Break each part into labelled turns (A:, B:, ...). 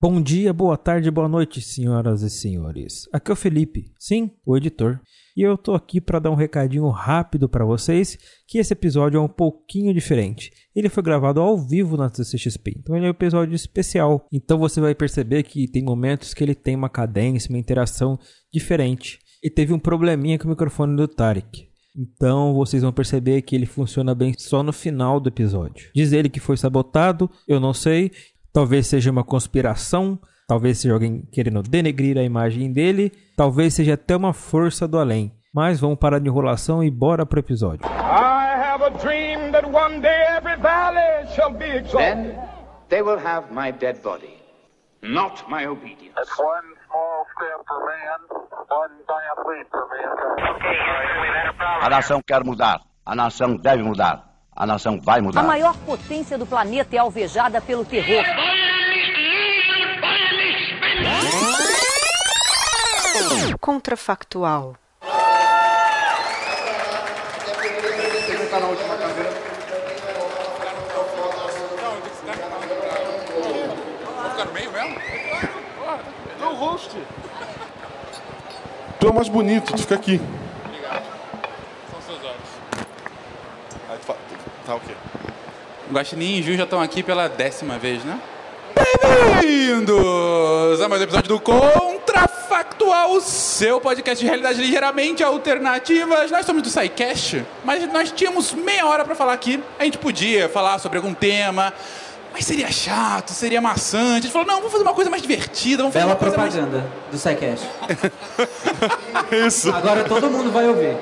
A: Bom dia, boa tarde, boa noite, senhoras e senhores. Aqui é o Felipe, sim, o editor, e eu tô aqui para dar um recadinho rápido para vocês que esse episódio é um pouquinho diferente. Ele foi gravado ao vivo na CCXP, então ele é um episódio especial. Então você vai perceber que tem momentos que ele tem uma cadência, uma interação diferente. E teve um probleminha com o microfone do Tarek. Então vocês vão perceber que ele funciona bem só no final do episódio. Diz ele que foi sabotado, eu não sei. Talvez seja uma conspiração, talvez seja alguém querendo denegrir a imagem dele, talvez seja até uma força do além. Mas vamos parar de enrolação e bora pro episódio.
B: I have a dream that one day every valley shall be exalted.
C: Then they will have my dead body, not my obedience.
D: That's one small step for man, one giant leap for mankind.
E: A nação quer mudar. A nação deve mudar. A nação vai mudar.
F: A maior potência do planeta é alvejada pelo terror.
G: Contrafactual.
H: Tu é mais bonito, tu fica aqui. Obrigado. São seus olhos. Aí tu fala, tá o quê?
I: Guaxinim e Ju já estão aqui pela décima vez, né? Bem-vindos a mais um episódio do Contrafactual, o seu podcast de realidade ligeiramente alternativas. Nós somos do SciCast, mas nós tínhamos meia hora pra falar aqui. A gente podia falar sobre algum tema, mas seria chato, seria maçante. A gente falou, não, vamos fazer uma coisa mais divertida, vamos fazer
J: Bela
I: uma coisa mais...
J: propaganda do SciCast.
H: Isso.
J: Agora todo mundo vai ouvir.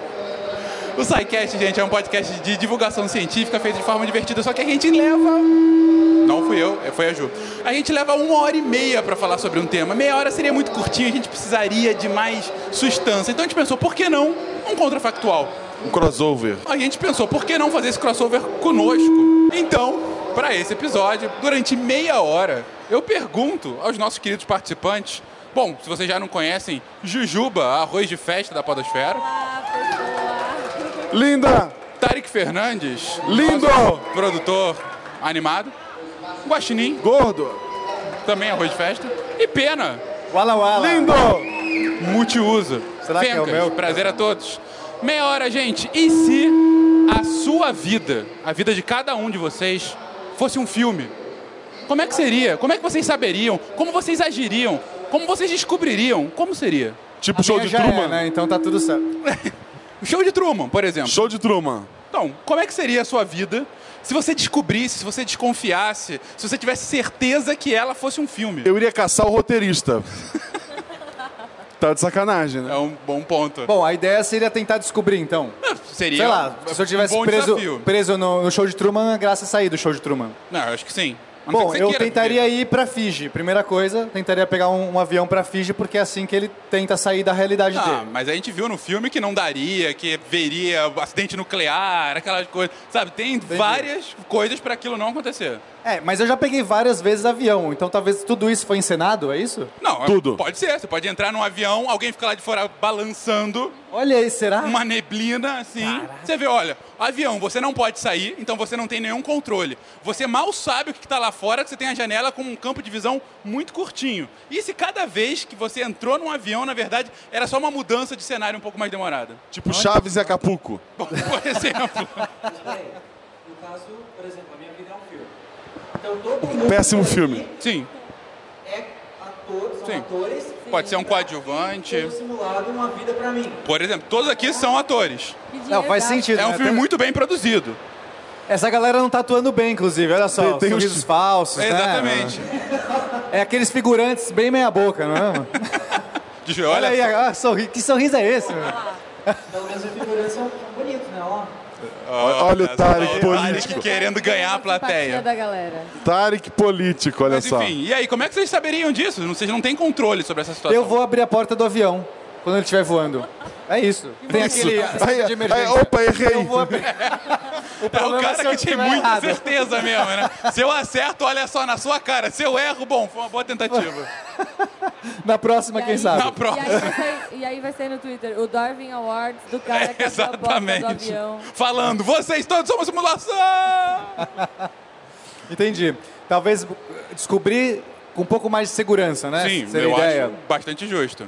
I: O SciCast, gente, é um podcast de divulgação científica feito de forma divertida, só que a gente leva. Não fui eu, é, foi a Ju. A gente leva uma hora e meia pra falar sobre um tema. Meia hora seria muito curtinho, a gente precisaria de mais sustância. Então a gente pensou, por que não um contrafactual?
H: Um crossover.
I: A gente pensou, por que não fazer esse crossover conosco? Então, para esse episódio, durante meia hora, eu pergunto aos nossos queridos participantes. Bom, se vocês já não conhecem, Jujuba, arroz de festa da Podosfera.
H: Linda!
I: Tarek Fernandes,
H: Lindo!
I: nosso produtor animado. Guaxinim,
H: Gordo!
I: também arroz de festa. E Pena,
K: Wala Wala.
H: Lindo!
I: multiuso.
K: Será que é o
I: Fencas,
K: meu?
I: Prazer a todos. Meia hora, gente. E se a sua vida, a vida de cada um de vocês, fosse um filme? Como é que seria? Como é que vocês saberiam? Como vocês agiriam? Como vocês descobririam? Como seria?
H: Tipo show de
K: Já
H: Truman.
K: é, né? Então tá tudo certo.
I: O show de Truman, por exemplo.
H: Show de Truman.
I: Então, como é que seria a sua vida se você descobrisse, se você desconfiasse, se você tivesse certeza que ela fosse um filme?
H: Eu iria caçar o roteirista. tá de sacanagem, né?
I: É um bom ponto.
K: Bom, a ideia seria tentar descobrir, então.
I: É, Seria
K: Sei lá, se eu tivesse
I: um bom
K: preso,
I: desafio.
K: preso no, no show de Truman, a graça é sair do show de Truman.
I: Não, eu acho que sim. A não ser que
K: Bom,
I: você
K: eu
I: queira
K: tentaria
I: viver.
K: ir pra Fiji. Primeira coisa, tentaria pegar um, um avião pra Fiji, porque é assim que ele tenta sair da realidade
I: Ah,
K: dele.
I: mas a gente viu no filme que não daria, que veria acidente nuclear, aquelas coisas. Sabe, tem várias coisas pra aquilo não acontecer.
K: É, mas eu já peguei várias vezes avião, então talvez tudo isso foi encenado, é isso?
I: Não,
H: Tudo.
I: pode ser. Você pode entrar num avião, alguém fica lá de fora balançando,
K: Olha aí, será?
I: uma neblina assim. Você vê, olha, avião, você não pode sair, então você não tem nenhum controle. Você mal sabe o que está lá fora, que você tem a janela com um campo de visão muito curtinho. E se cada vez que você entrou num avião, na verdade, era só uma mudança de cenário um pouco mais demorada?
H: Tipo Chaves e Acapulco.
I: Bom, por exemplo.
J: No caso, por exemplo, a minha vida é um filme. Então todo
I: Um
J: mundo
H: Péssimo filme.
I: Sim,
J: é ator, são
I: Sim.
J: atores.
I: Pode ser um coadjuvante.
J: Tendo simulado uma vida pra mim.
I: por exemplo, todos aqui são atores.
K: Não, faz sentido.
I: É um
K: né?
I: filme
K: Tem-
I: muito bem produzido.
K: Essa galera não tá atuando bem, inclusive, olha só.
H: Tem- tem os-
K: sorrisos falsos, né?
I: Exatamente.
K: É aqueles figurantes bem meia boca, não é? mano?
I: Diz, Olha,
K: Olha aí, ah, sorri... que sorriso é esse? mano?
G: Ah.
J: Pelo menos os figurantes são são bonitos, né? Ó.
I: Ah,
H: Olha, o Tarek político.
I: Tarek querendo ganhar a plateia.
G: da galera.
H: Tarek político, olha
I: Mas
H: só.
I: enfim, e aí, como é que vocês saberiam disso? Não- Vocês não têm controle sobre essa situação.
K: Eu vou abrir a porta do avião quando ele estiver voando. É isso. Tem aquele
H: Aí,
K: de emergência.
H: aí, opa, errei.
K: Eu vou abrir. O
I: É o
K: problema se
I: cara
K: eu
I: que tem
K: tiver
I: muita
K: errado.
I: certeza mesmo, né? Se eu acerto, olha só na sua cara. Se eu erro, bom, foi uma boa tentativa.
K: Na próxima, quem sabe.
I: Na próxima.
G: E aí vai sair no Twitter o Darwin Awards do cara que abriu a porta do
I: É, Exatamente.
G: avião.
I: Falando, vocês todos são uma simulação!
K: Entendi. Talvez descobrir com um pouco mais de segurança, né?
I: Sim,
K: Seria
I: eu
K: a ideia.
I: acho bastante justo.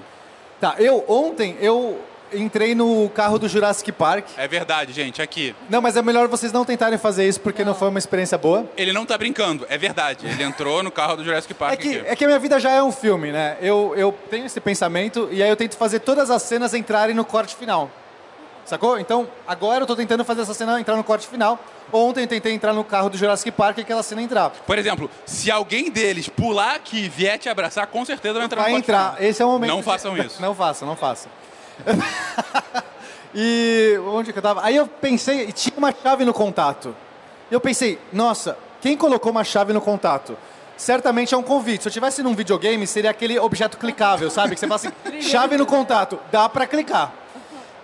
K: Tá, eu ontem eu entrei no carro do Jurassic Park.
I: É verdade, gente, aqui.
K: Não, mas é melhor vocês não tentarem fazer isso porque não, foi uma experiência boa.
I: Ele não tá brincando, é verdade. Ele entrou no carro do Jurassic Park
K: É que,
I: aqui.
K: é que a minha vida já é um filme, né? Eu, eu tenho esse pensamento e aí eu tento fazer todas as cenas entrarem no corte final. Sacou? Então, agora eu tô tentando fazer essa cena entrar no corte final. Ontem eu tentei entrar no carro do Jurassic Park e aquela cena entrar.
I: Por exemplo, se alguém deles pular aqui e vier te abraçar, com certeza vai entrar
K: Vai
I: no
K: entrar.
I: podcast.
K: Esse é o momento.
I: Não
K: de-
I: façam isso.
K: Não façam, não façam. e onde que eu tava? Aí eu pensei, e tinha uma chave no contato. E eu pensei, nossa, quem colocou uma chave no contato? Certamente é um convite. Se eu tivesse num videogame, seria aquele objeto clicável, sabe? Que você fala assim, chave no contato, dá pra clicar.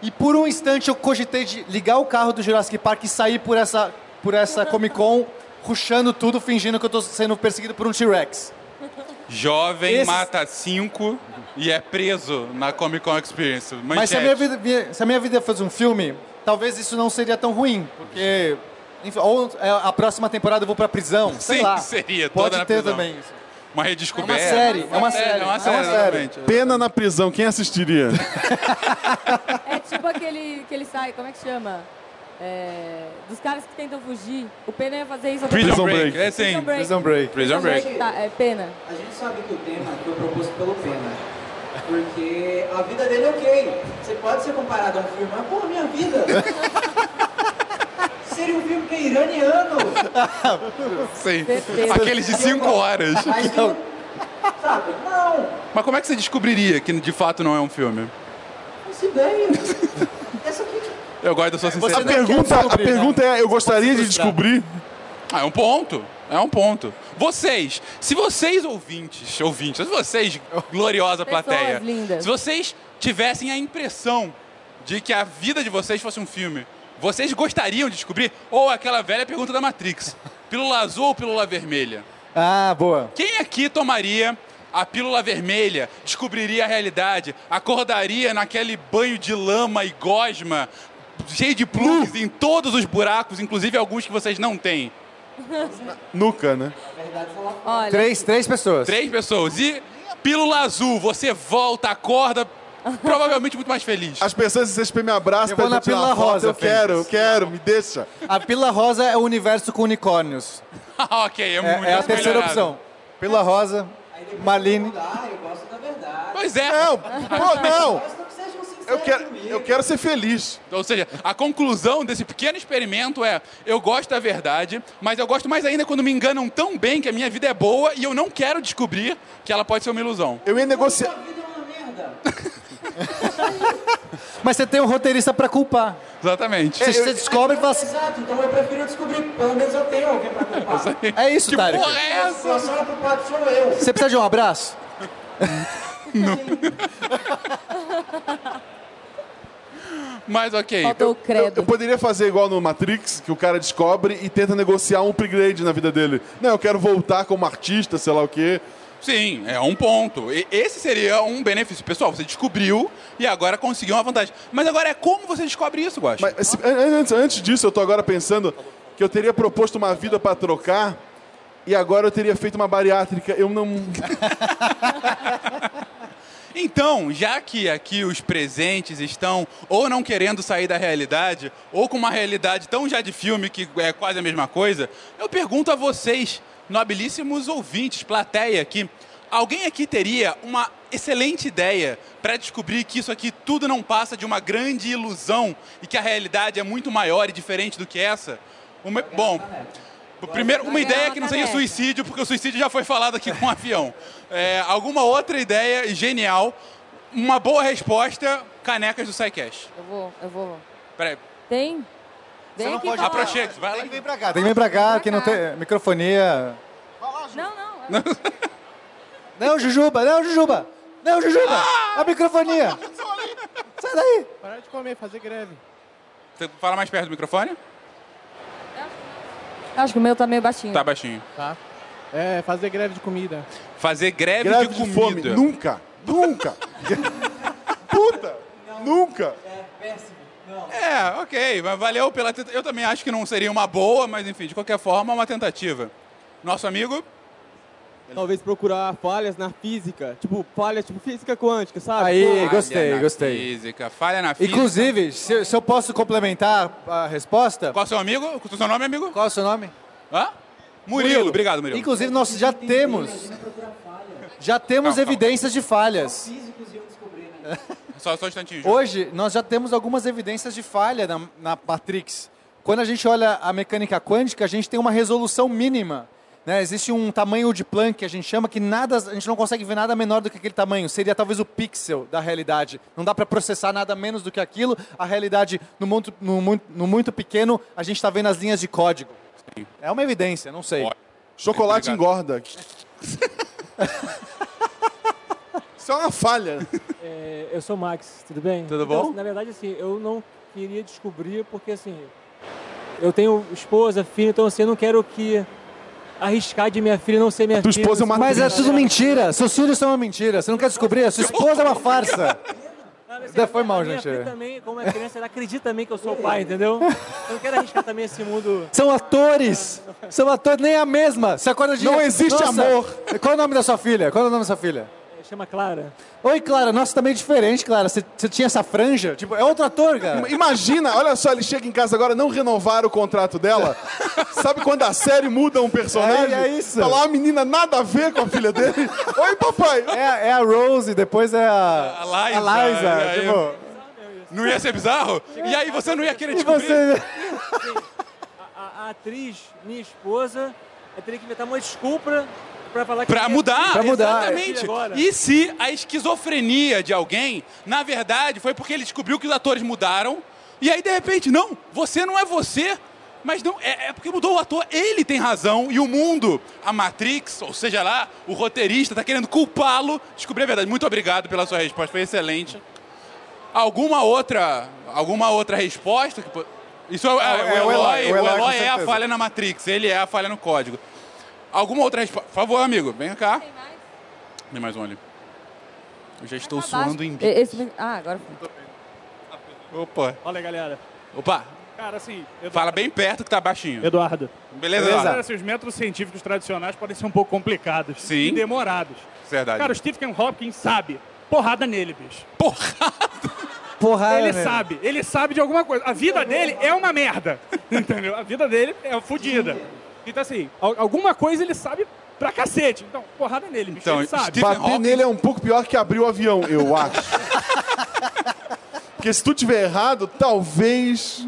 K: E por um instante eu cogitei de ligar o carro do Jurassic Park e sair por essa, por essa Comic Con, ruxando tudo, fingindo que eu tô sendo perseguido por um T-Rex.
I: Jovem
K: Esse-
I: mata cinco e é preso na Comic Con Experience.
K: Mas se a,
I: Manchete.
K: minha vida, minha- se a minha vida fosse um filme, talvez isso não seria tão ruim, porque... enfim, ou é, a próxima temporada eu vou pra prisão, sei
I: Sim,
K: lá.
I: seria, toda
K: Pode
I: na
K: ter
I: prisão.
K: também isso.
I: Uma redescoberta.
K: É uma série, é uma série,
I: É
K: é
I: uma
K: uma
I: série,
K: série.
I: realmente.
H: Pena na prisão, quem assistiria?
G: É tipo aquele que ele sai, como é que chama? É, dos caras que tentam fugir. O Pena ia fazer isso.
I: Prison,
H: Prison
I: Break.
H: Break.
I: É sim.
G: Prison Break.
K: Prison Break.
I: Prison Break.
G: Tá, é Pena.
J: A gente sabe que o tema foi proposto pelo Pena. Porque a vida dele é ok. Você pode ser comparado a um filme, mas, pô, minha vida! Seria um filme que é iraniano!
I: Sim.
G: Certeza.
I: Aqueles de cinco horas.
J: Mas, não- sabe? Não!
I: Mas como é que você descobriria que de fato não é um filme?
J: Essa ideia! Essa aqui,
I: Eu gosto da sua
H: A
I: sinceridade.
H: pergunta, a
K: né?
H: pergunta é, eu gostaria de descobrir.
I: Ah, é um ponto. É um ponto. Vocês, se vocês ouvintes, ouvintes, se vocês, gloriosa
G: Pessoas
I: plateia,
G: lindas.
I: se vocês tivessem a impressão de que a vida de vocês fosse um filme, vocês gostariam de descobrir? Ou aquela velha pergunta da Matrix: pílula azul ou pílula vermelha?
K: Ah, boa.
I: Quem aqui tomaria a pílula vermelha, descobriria a realidade, acordaria naquele banho de lama e gosma, cheio de plugs em todos os buracos, inclusive alguns que vocês não têm?
H: Nunca, né?
G: Olha,
K: Três, três pessoas.
I: Três pessoas. E pílula azul, você volta, acorda, provavelmente muito mais feliz.
H: As pessoas do CSP me abraçam
K: Eu vou
H: pra
K: na
H: tirar
K: Pílula
H: uma foto,
K: Rosa,
H: Eu quero, eu
K: Fênix.
H: quero, me deixa.
K: A Pila Rosa é o universo com unicórnios.
I: Ah, ok, é,
K: É,
I: muito
K: é a terceira
I: melhorado.
K: opção. Pila Rosa, Marlene.
J: ah, eu gosto da verdade.
I: Pois é.
H: Não, pô, não.
J: Mas não que sejam sinceros
H: Eu quero,
J: comigo.
H: eu quero ser feliz.
I: Ou seja, a conclusão desse pequeno experimento é: eu gosto da verdade, mas eu gosto mais ainda quando me enganam tão bem que a minha vida é boa e eu não quero descobrir que ela pode ser uma ilusão.
H: Eu ia negociar.
J: A vida é uma merda.
K: Mas você tem um roteirista pra culpar.
I: Exatamente.
K: Você, você descobre e fala assim,
J: Exato, então eu prefiro descobrir. Pelo menos eu tenho alguém pra culpar.
K: é isso,
I: que
K: Tarek.
I: porra é essa?
J: A senhora culpada sou eu.
K: Você precisa de um abraço?
I: Mas ok.
G: faltou o
H: Eu,
G: credo.
H: eu poderia fazer igual no Matrix, que o cara descobre e tenta negociar um upgrade na vida dele. Não, eu quero voltar como artista, sei lá o quê.
I: Sim, é um ponto. E- esse seria um benefício. Pessoal, você descobriu e agora conseguiu uma vantagem. Mas agora é como você descobre isso, Guaxa?
H: Mas esse- an- an- antes, antes disso, eu tô agora pensando que eu teria proposto uma vida pra trocar e agora eu teria feito uma bariátrica. Eu não.
I: Então, já que aqui os presentes estão ou não querendo sair da realidade, ou com uma realidade tão já de filme que é quase a mesma coisa, eu pergunto a vocês, nobilíssimos ouvintes, plateia aqui, alguém aqui teria uma excelente ideia para descobrir que isso aqui tudo não passa de uma grande ilusão e que a realidade é muito maior e diferente do que essa? Uma- bom, Primeiro, uma
G: Vai ganhar
I: ideia
G: uma
I: que não seja
G: caneca.
I: suicídio, porque o suicídio já foi falado aqui com o avião. É, alguma outra ideia genial, uma boa resposta, canecas do SciCash.
G: Eu vou, eu vou.
I: Peraí,
G: Tem? Vem aqui
I: Ah,
G: falar.
I: pra chegar. vai lá.
K: Tem que vir pra cá, tem que vir pra cá, que não tem microfonia.
G: Não, não.
K: Não, Jujuba, não, Jujuba. Não, Jujuba,
I: Ah!
K: a microfonia. Sai daí.
J: Parar de comer, fazer greve.
I: Você fala mais perto do microfone?
G: Acho que o meu tá meio baixinho.
I: Tá baixinho.
J: Tá. É, fazer greve de comida.
I: Fazer greve,
H: Greve
I: de
H: de,
I: comida.
H: fome. Nunca! Nunca! Puta! Nunca!
I: É, ok, mas valeu pela tentativa. Eu também é acho que não seria uma boa, mas enfim, de qualquer forma, uma tentativa. Nosso amigo
L: Talvez procurar falhas na física. Tipo, falhas, tipo, física quântica, sabe?
K: Aí,
L: Falha
K: gostei,
I: na
K: gostei.
I: Física, falha na física.
K: Inclusive, se, eu- se eu posso complementar a resposta.
I: Qual é o seu amigo? Qual é o seu nome, amigo?
K: Qual é o seu nome?
I: Hã? Murilo, obrigado, Murilo.
K: Inclusive, nós já temos. Já temos evidências de falhas.
I: Só, só um instantinho. Ju.
K: Hoje, nós já temos algumas evidências de falha na, na Matrix. Quando a gente olha a mecânica quântica, a gente tem uma resolução mínima. né? Existe um tamanho de Planck que a gente chama que nada, a gente não consegue ver nada menor do que aquele tamanho. Seria talvez o pixel da realidade. Não dá para processar nada menos do que aquilo. A realidade, no muito, no muito, no muito pequeno, a gente está vendo as linhas de código. É uma evidência, não sei.
H: Chocolate engorda. Isso é uma falha.
M: É, eu sou o Max, tudo bem?
H: Tudo
M: Então,
H: bom?
M: na verdade, assim, eu não queria descobrir porque, assim, eu tenho esposa, filho, então, assim, eu não quero que arriscar de minha filha não ser minha
K: Tua
M: filha. assim,
K: esposa é uma Mas é tudo mentira. Seus filhos são uma mentira. Você não quer descobrir? A sua esposa é uma farsa. Daí foi mal,
M: Minha
K: gente.
M: filha também, como é criança, ela acredita também que eu sou o pai, entendeu? Eu não quero arriscar também esse mundo.
K: São atores. São atores. Nem é a mesma. Você acorda de...
M: Não existe amor.
K: Qual é o nome da sua filha? Qual é o nome da sua filha?
M: Chama Clara.
K: Oi, Clara. Nossa, tá meio diferente, Clara. Você você tinha essa franja? Tipo, é outro ator, cara.
H: Imagina, olha só, ele chega em casa agora, não renovaram o contrato dela. Sabe quando a série muda um personagem?
K: É, é isso.
H: Tá lá a menina nada a ver com a filha dele. Oi, papai.
K: É, é a Rose, depois é a...
I: A Liza.
K: A Liza,
I: É,
K: tipo...
I: Não ia ser bizarro? E aí você né? não ia querer
M: E
I: descobrir?
K: você-
M: A, a atriz, minha esposa, eu teria que inventar uma desculpa pra falar que...
I: Pra
M: minha
I: mudar,
M: filha-
K: é.
I: exatamente.
M: Agora.
I: E se a esquizofrenia de alguém, na verdade, foi porque ele descobriu que os atores mudaram, e aí, de repente, não, você não é você, mas não, é, é porque mudou o ator, ele tem razão, e o mundo, a Matrix, ou seja lá, o roteirista, tá querendo culpá-lo, descobrir a verdade. Muito obrigado pela sua resposta, foi excelente. Alguma outra, alguma outra resposta? que po- Isso é, é-
H: É,
I: o Eloy,
H: o Eloy, o Eloy,
I: o Eloy
H: com
I: é a
H: certeza.
I: falha na Matrix, ele é a falha no código. Alguma outra resposta? Por favor, amigo, vem cá. Tem mais? Tem mais um ali. Eu já estou suando em bico.
G: Esse- Ah, agora foi.
I: Opa.
N: Olha, galera.
I: Opa,
N: Cara, assim,
I: fala bem perto que tá baixinho.
N: Eduardo.
I: Beleza,
N: Cara,
I: Eduardo?
N: assim, os métodos científicos tradicionais podem ser um pouco complicados
I: Sim.
N: e demorados.
I: Verdade.
N: Cara, o Stephen Hopkins sabe. Porrada nele, bicho.
I: Porrada?
K: Porrada
N: Ele
K: nele.
N: sabe. Ele sabe de alguma coisa. A vida dele é uma merda. Entendeu? A vida dele é fodida. Então, assim, al- alguma coisa ele sabe pra cacete. Então, porrada nele, bicho. ele sabe.
H: Bater nele é um pouco pior que abrir o avião, eu acho. Porque se tu tiver errado, talvez...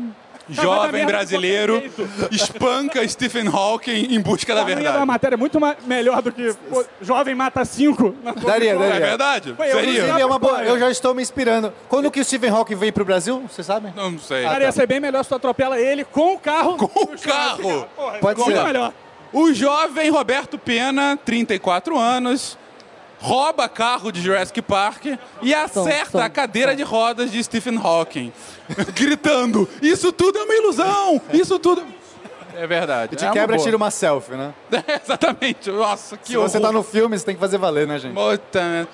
I: Jovem brasileiro espanca Stephen Hawking em busca da
N: Eu ia dar uma
I: verdade.
N: matéria muito ma- melhor do que pô, jovem mata cinco. na Comic Con.
K: Daria,
I: É
K: daria.
N: Foi, eu
K: Inclusive,
N: usava
K: é uma boa.
N: spoiler.
K: Eu já estou me inspirando. Quando que o Stephen Hawking veio pro Brasil? Você sabe?
I: Não sei.
N: Cara, ia ser bem melhor se tu atropela ele com o carro. Com o
I: carro.
K: Pode
I: Vamos
K: ser.
I: lá. O jovem Roberto Pena, 34 anos, rouba carro de Jurassic Park e acerta a cadeira de rodas de Stephen Hawking, gritando: Isso tudo é uma ilusão! Isso tudo. É verdade.
K: De
I: é
K: quebra,
I: boa.
K: tira uma selfie, né?
I: É, exatamente. Nossa, que
K: Se você
I: horror.
K: tá no filme, você tem que fazer valer, né, gente?
I: Puta.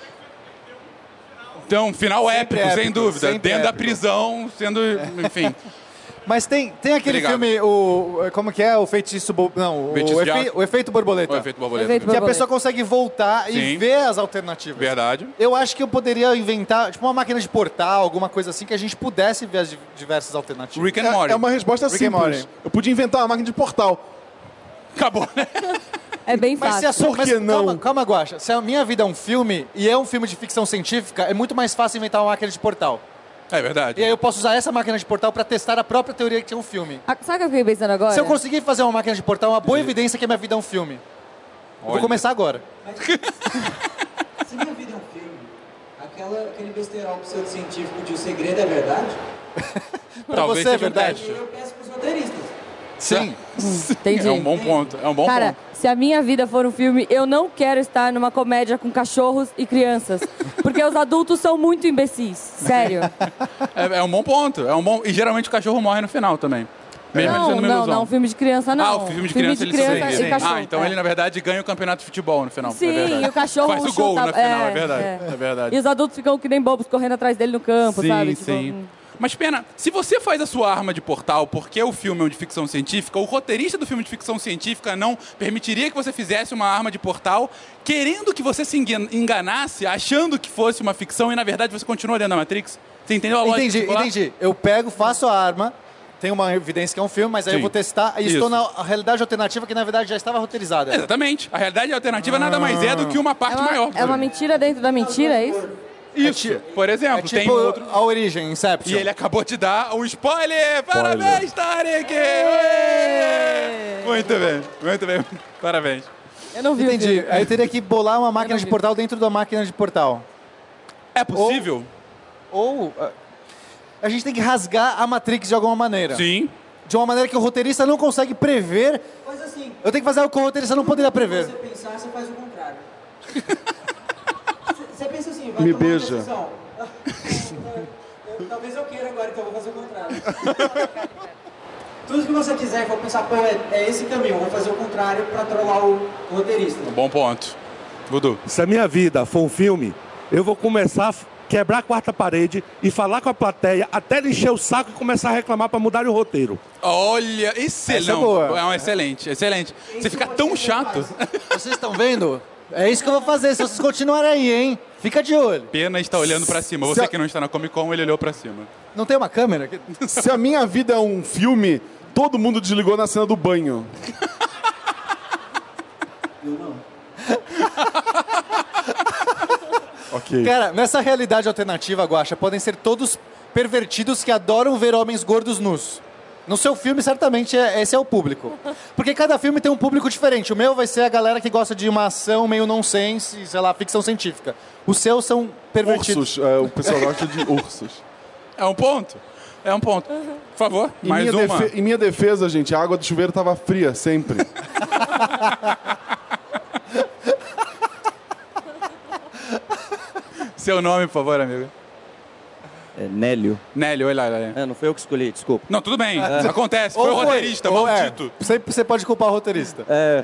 I: Então, final
K: Sempre
I: épico, sem
K: épico,
I: dúvida.
K: sempre
I: Dentro da
K: épico. É.
I: prisão, sendo. Enfim.
K: Mas tem, tem aquele
I: Obrigado.
K: filme, o. Como que é? O feitiço. Bo... Não, o,
I: Feitiço de
K: efe-
I: Água.
K: o efeito borboleta.
I: O efeito borboleta.
K: Que a pessoa consegue voltar e
I: Sim.
K: ver as alternativas.
I: Verdade.
K: Eu acho que eu poderia inventar, tipo, uma máquina de portal, alguma coisa assim, que a gente pudesse ver as di- diversas alternativas.
H: é, É uma resposta
K: Rick and
H: simples.
K: Morty.
H: Eu podia inventar uma máquina de portal.
I: Acabou, né?
G: É bem
K: Mas se
G: fácil.
K: a sua, mas Calma, calma, Guaxa. Se a minha vida é um filme e é um filme de ficção científica, é muito mais fácil inventar uma máquina de portal.
I: É verdade.
K: E aí eu posso usar essa máquina de portal pra testar a própria teoria que tinha um filme.
G: Ah, Sabe o que eu fiquei pensando agora?
K: Se eu conseguir fazer uma máquina de portal, é uma boa evidência que a minha vida é um filme. Eu Vou
G: Olha.
K: começar agora.
J: Se minha vida é um filme, aquela, aquele besteirão pseudocientífico de o segredo é verdade,
K: Pra
I: Talvez
K: você é
I: seja um
K: verdade.
I: teste.
J: eu peço pros roteiristas.
K: Sim.
G: Entendi.
I: É um bom ponto. É um bom
G: Cara,
I: ponto.
G: se a minha vida for um filme, eu não quero estar numa comédia com cachorros e crianças. Porque os adultos são muito imbecis. Sério.
I: É, é um bom ponto. É um bom... E geralmente o cachorro morre no final também. Mesmo ele
G: não,
I: sendo uma
G: não,
I: ilusão.
G: não. Filme de criança, não.
I: Ah, o filme de criança, ele
G: criança
I: sobrevive.
G: e cachorro.
I: Ah, então
G: é.
I: ele, na verdade, ganha o campeonato de futebol no final. é
G: Sim,
I: verdade.
G: e o cachorro
I: Faz o gol
G: chuta-
I: no final, é,
G: é,
I: verdade.
G: é.
I: É verdade.
G: E os adultos ficam que nem bobos correndo atrás dele no campo,
I: Sim,
G: sabe? Tipo,
I: sim.
G: hum.
I: Mas, Pena, se você faz a sua arma de portal porque o filme é um de ficção científica, o roteirista do filme de ficção científica não permitiria que você fizesse uma arma de portal querendo que você se engan- enganasse, achando que fosse uma ficção e, na verdade, você continua olhando a Matrix? Você entendeu a lógica?
K: Entendi,
I: circular?
K: entendi. Eu pego, faço a arma, tem uma evidência que é um filme, mas aí eu
I: Sim.
K: vou testar e
I: Isso.
K: estou na realidade alternativa que na verdade já estava roteirizada.
I: Exatamente. A realidade alternativa
O: Ah.
I: nada mais é do que uma parte maior. né?
G: É uma mentira dentro da mentira, é isso?
I: Isso. Por exemplo,
K: É tipo
I: tem outro...
K: a origem, Inception.
I: E ele acabou de dar um spoiler! Parabéns, Tarek! Muito bem, muito bem. Parabéns.
G: Eu não
K: vi. Entendi. Aí eu teria que bolar uma máquina de portal dentro da máquina de portal.
I: É possível?
K: Ou. ah, a gente tem que rasgar a Matrix de alguma maneira.
I: Sim.
K: De uma maneira que o roteirista não consegue prever.
J: Mas assim,
K: Eu tenho que fazer algo que o roteirista não poderia prever.
J: se você pensar, você faz o contrário. Você- Você pensa assim, vai
K: Me
J: tomar uma
K: beija.
J: decisão. Eu- eu- Talvez eu queira agora, então eu vou fazer o contrário. Tudo que você quiser, que eu pensar, pô, é, é esse caminho, eu vou fazer o contrário pra trollar o roteirista.
I: Bom ponto. Vudu.
O: Se a minha vida for um filme, eu vou começar a f- quebrar a quarta parede e falar com a plateia até ele encher o saco e começar a reclamar pra mudar o roteiro.
I: Olha, excelente.
O: Essa é boa.
I: Não, É um excelente, excelente. Você fica
G: é
I: tão chato.
K: Vocês estão vendo? É isso que eu vou fazer se vocês continuarem aí, hein? Fica de olho.
I: Pena está olhando pra cima. Você que não está na Comic Con, ele olhou pra cima.
K: Não tem uma câmera? aqui?
H: Se a minha vida é um filme, todo mundo desligou na cena do banho.
K: Ok. Cara, nessa realidade alternativa, Guaxa, podem ser todos pervertidos que adoram ver homens gordos nus. No seu filme, certamente, é- esse é o público. Porque cada filme tem um público diferente. O meu vai ser a galera que gosta de uma ação meio nonsense, sei lá, ficção científica. Os seus são pervertidos.
H: Ursos, é, o pessoal gosta de ursos.
I: É um ponto. É um ponto. Por favor,
H: Em
I: mais
H: minha
I: uma.
H: defe- em minha defesa, gente, a água do chuveiro tava fria sempre.
I: Seu nome, por favor, amigo.
P: É Nélio.
I: Nélio, olha lá. Olha.
P: É, não foi eu que escolhi, desculpa.
I: Não, tudo bem.
P: É.
I: Acontece. Foi
P: Ou
I: o
P: foi,
I: roteirista,
P: ou é.
I: maldito.
K: Você, você pode culpar o roteirista.
P: É,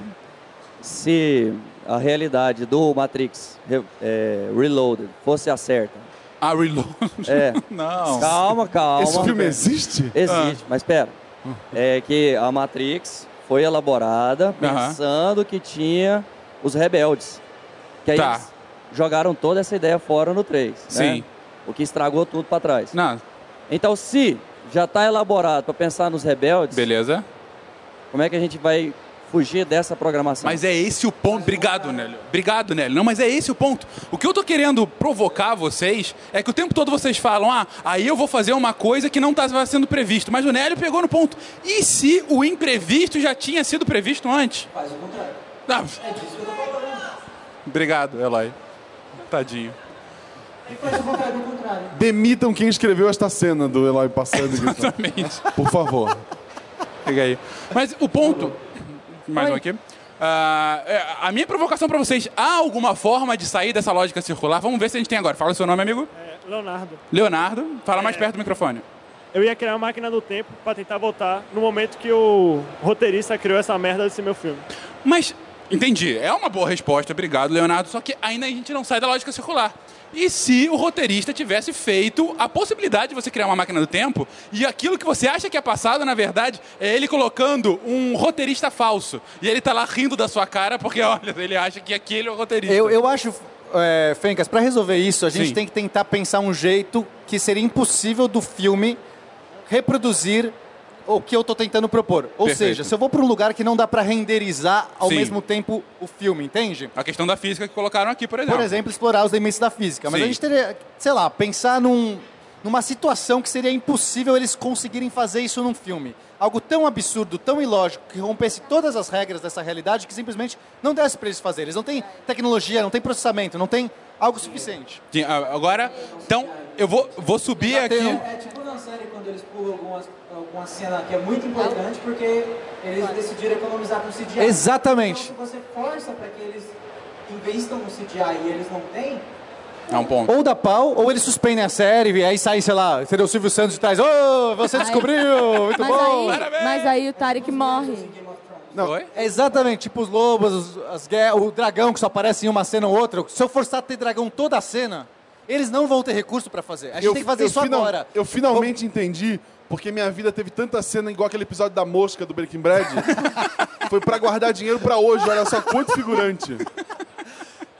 P: se a realidade do Matrix Re- é, Reloaded fosse a certa.
I: Ah, Reloaded?
P: É.
I: Não. Ah.
P: Calma, calma.
I: Esse filme existe?
P: Existe, mas pera. É que a Matrix foi elaborada
I: Aham.
P: pensando que tinha os rebeldes. Que aí
I: Tá.
P: eles jogaram toda essa ideia fora no 3.
I: Sim.
P: O que estragou tudo pra trás.
I: Não.
P: Então, se já tá elaborado pra pensar nos rebeldes.
I: Beleza.
P: Como é que a gente vai fugir dessa programação?
I: Mas é esse o ponto. Obrigado, Nélio. Obrigado, Nélio. Não, mas é esse o ponto. O que eu tô querendo provocar vocês é que o tempo todo vocês falam: ah, aí eu vou fazer uma coisa que não estava sendo previsto. Mas o Nélio pegou no ponto. E se o imprevisto já tinha sido previsto antes?
J: Faz o contrário.
I: Ah,
J: É disso que eu tô falando.
I: obrigado, Eloy. Tadinho.
J: E faz o contrário do contrário.
H: Demitam quem escreveu esta cena do Eloy passando. e gritando.
I: Exatamente.
H: Por favor.
I: Pega aí. Mas o ponto. Mais um aqui. Ah, é, a minha provocação pra vocês: há alguma forma de sair dessa lógica circular? Vamos ver se a gente tem agora. Fala o seu nome, amigo.
Q: Leonardo.
I: Leonardo. Fala mais perto do microfone.
Q: Eu ia criar uma máquina do tempo pra tentar voltar no momento que o roteirista criou essa merda desse meu filme.
I: Mas, entendi. É uma boa resposta, obrigado, Leonardo. Só que ainda a gente não sai da lógica circular. E se o roteirista tivesse feito a possibilidade de você criar uma máquina do tempo e aquilo que você acha que é passado, na verdade, é ele colocando um roteirista falso. E ele tá lá rindo da sua cara porque, olha, ele acha que aquele é o roteirista.
K: Eu, eu acho, é, Fencas, pra resolver isso, a gente
I: Sim.
K: tem que tentar pensar um jeito que seria impossível do filme reproduzir o que eu tô tentando propor. Ou
I: Perfeito.
K: seja, se eu vou pra um lugar que não dá pra renderizar ao
I: Sim.
K: mesmo tempo o filme, entende?
I: A questão da física que colocaram aqui, por exemplo.
K: Por exemplo, explorar os limites da física. Mas
I: Sim.
K: a gente teria, sei lá, pensar num, numa situação que seria impossível eles conseguirem fazer isso num filme. Algo tão absurdo, tão ilógico, que rompesse todas as regras dessa realidade que simplesmente não desse pra eles fazerem. Eles não têm tecnologia, não têm processamento, não tem algo suficiente.
I: Sim, a- Agora, então, eu vou, vou subir aqui.
K: um-
J: É tipo na série quando eles pulam algumas, alguma cena que é muito importante porque eles decidiram economizar com CGI.
K: Exatamente.
J: Então, se você força para que eles investam no CGI e eles não têm,
I: É um ponto.
K: Ou dá pau, ou eles suspendem a série e aí sai, sei lá, seria o Silvio Santos e traz, ô, você descobriu, muito
G: mas
K: bom.
G: Aí, mas aí o Tarek morre.
K: Não, é exatamente, tipo os lobos, os- as guerras, o dragão que só aparece em uma cena ou outra. Se eu forçar a ter dragão toda a cena, Eles não vão ter recurso pra fazer. A gente tem que fazer isso
H: final-
K: agora.
H: Eu finalmente entendi porque minha vida teve tanta cena igual aquele episódio da mosca do Breaking Bad. Foi pra guardar dinheiro pra hoje, olha só quanto figurante.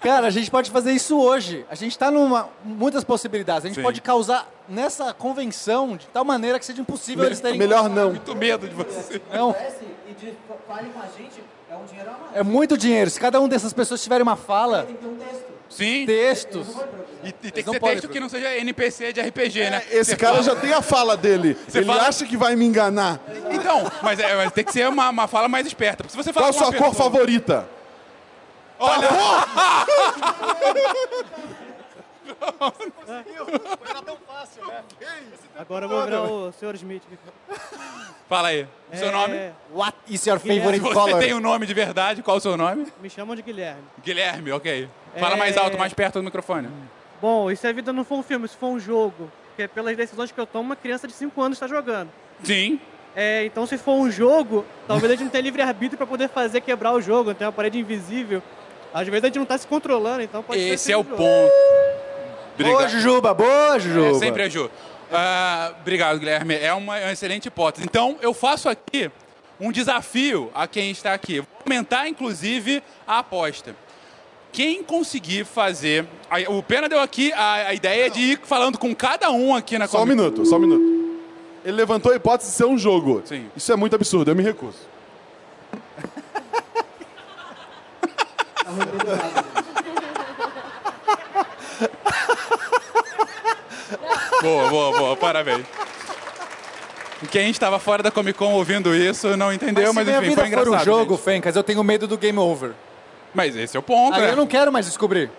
K: Cara, a gente pode fazer isso hoje. A gente tá numa muitas possibilidades. A gente
H: Sim.
K: pode causar nessa convenção de tal maneira que seja impossível
H: Me-
K: eles terem
H: melhor não.
K: Muito
I: medo de você.
J: é,
K: Não.
J: Acontece e de- fale com a gente, é um dinheiro a mais.
K: É muito dinheiro. Se cada um dessas pessoas tiver uma fala,
J: Tem que ter um texto.
I: Sim.
K: textos.
I: E, e tem que
K: não
I: ser
K: podem É,
I: texto que não seja NPC de RPG, né?
H: Esse
I: Você
H: cara
I: fala-
H: já tem a fala dele.
I: Você
H: Ele
I: fala-
H: acha que vai me enganar.
I: Então, mas, é, mas tem que ser uma, uma fala mais esperta. porque Se você fala
H: Qual a
I: com
H: sua
I: uma
H: cor
I: pessoa-
H: favorita?
I: Olha!
N: é
K: Era tão fácil, né?
R: Agora eu vou virar o Sr. Smith.
I: Fala aí. O seu
R: É,
I: nome?
K: What is your
I: Se você tem um nome de verdade, qual o seu nome?
R: Me chamam de Guilherme.
I: Guilherme, ok. Fala
R: É.
I: mais alto, mais perto do microfone.
R: Bom, e se a vida não for um filme, se for um jogo? Porque pelas decisões que eu tomo, uma criança de 5 anos está jogando.
I: Sim.
R: É, então se for um jogo, talvez a gente não tenha livre-arbítrio para poder fazer quebrar o jogo, não tem uma parede invisível. Às vezes a gente não tá se controlando, então pode ser
I: Esse
R: esse
I: é o
R: jogo.
I: ponto. Obrigado.
K: Boa, Jujuba. Boa, Jujuba.
I: É, sempre é Ju. Ah, obrigado, Guilherme. É uma, é uma excelente hipótese. Então, eu faço aqui um desafio a quem está aqui. Vou aumentar, inclusive, a aposta. Quem conseguir fazer. aí, O Pena deu aqui a, a ideia de ir falando com cada um aqui na
H: Só um minuto, só um minuto. Ele levantou a hipótese de ser um jogo. Isso é muito absurdo, eu me recuso.
I: Boa, boa, boa. Parabéns. Quem estava fora da Comic Con ouvindo isso não entendeu, mas,
K: se minha
I: enfim, foi
K: vida
I: engraçado.
K: for um jogo,
I: gente.
K: Fencas, eu tenho medo do game over.
I: Mas esse é o ponto,
K: Aí
I: né?
K: eu não quero mais descobrir.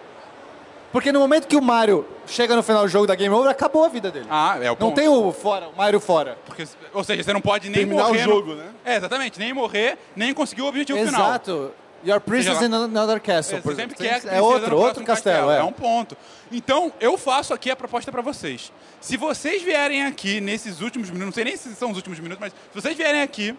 K: Porque no momento que o Mario chega no final do jogo da game over, acabou a vida dele.
I: Ah, é o
K: Não
I: ponto.
K: tem o fora, o Mario fora.
I: Porque- ou seja, você não pode nem
K: Terminar o
I: morrer.
K: jogo,
I: né? É, exatamente. Nem morrer, nem conseguir o objetivo final.
K: Exato. Your princess
I: Seja
K: in
I: lá-
K: another castle.
I: É,
K: por
I: você sempre
K: exemplo.
I: quer a
K: É
I: princesa no
K: outro, outro
I: próximo
K: castelo, é.
I: um ponto. Então, eu faço aqui a proposta pra vocês. Se vocês vierem aqui nesses últimos minutos, não sei nem se são os últimos minutos, mas se vocês vierem aqui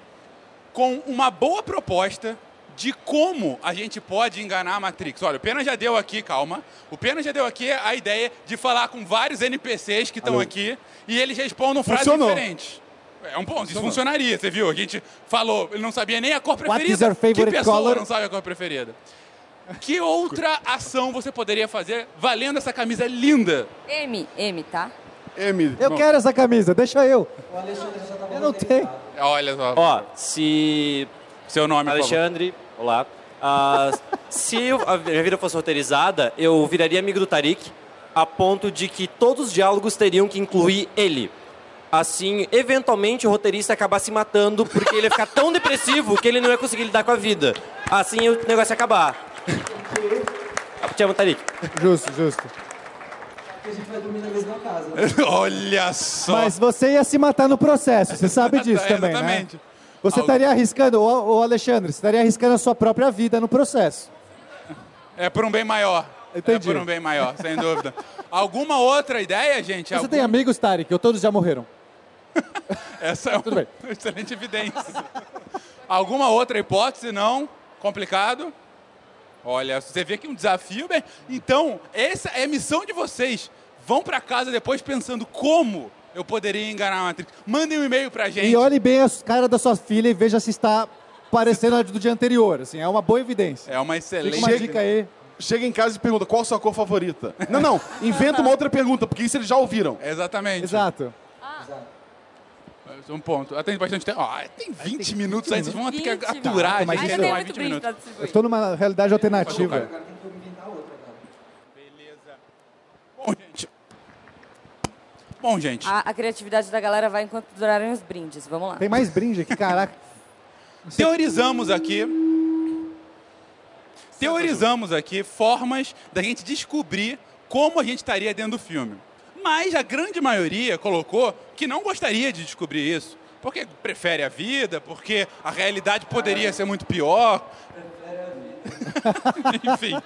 I: com uma boa proposta de como a gente pode enganar a Matrix. Olha, o Pena já deu aqui, calma. O Pena já deu aqui a ideia de falar com vários NPCs que estão aqui e eles respondam frases
H: Funcionou.
I: diferentes. É um ponto, isso funcionaria, você viu? A gente falou, ele não sabia nem a cor preferida.
R: is your
I: que
R: favorite
I: pessoa
R: color?
I: não sabe a cor preferida? Que outra ação você poderia fazer valendo essa camisa linda?
S: M, M, tá?
I: então.
H: M.
I: Eu quero
T: essa camisa, deixa eu. eu não tenho.
I: Olha só.
T: Ó, se.
I: Seu nome, por favor.
T: Alexandre. Olá. Ah, se eu- a minha vida fosse roteirizada, eu viraria amigo do Tarik, a ponto de que todos os diálogos teriam que incluir ele. Assim, eventualmente o roteirista ia acabar se matando porque ele ia ficar tão depressivo que ele não ia conseguir lidar com a vida. Assim o negócio ia acabar. Te amo, Tarik.
K: Justo, justo.
J: Porque a gente vai dormir na mesma casa.
I: Olha só. É,
T: Mas
K: você ia se matar no processo, você sabe
T: disso também, né?
I: Exatamente.
T: Você
K: estaria arriscando, ô ô, Alexandre, você estaria arriscando a sua própria vida no processo.
I: É por um bem maior.
K: Entendi.
I: É por um bem maior, sem dúvida. Alguma outra ideia, gente?
K: Você
I: Algum-
K: tem amigos, Tarek, ou todos já morreram?
I: Essa é uma excelente evidência. Alguma outra hipótese, não? Complicado? Olha, você vê que é um desafio, bem. Então, essa é a missão de vocês. Vão pra casa depois pensando como eu poderia enganar a Matrix. Mandem um e-mail pra gente.
K: E olhe bem as caras da sua filha e veja se está parecendo a do dia anterior, assim, é uma boa evidência.
I: É uma excelente.
K: Fica uma dica aí.
H: Chega em casa e pergunta qual a sua cor favorita. Não, não, inventa uma outra pergunta, porque isso eles já ouviram.
I: Exatamente.
K: Exato.
I: Um ponto. Atende bastante tempo. Ah, tem 20 minutos aí, vocês vão ter que
T: 20
I: aturar. a
T: minutos.
I: gente
T: Ainda
I: tem
T: tem
I: mais
T: muito
I: 20 minutos.
T: distribuir.
K: Eu estou numa realidade alternativa.
I: Bom, gente.
S: A, a criatividade da galera vai enquanto durarem os brindes. Vamos lá.
K: Tem mais brinde aqui, caraca.
I: Teorizamos aqui. Teorizamos aqui formas da gente descobrir como a gente estaria dentro do filme. Mas a grande maioria colocou que não gostaria de descobrir isso. Porque prefere a vida, porque a realidade poderia ser muito pior. Enfim.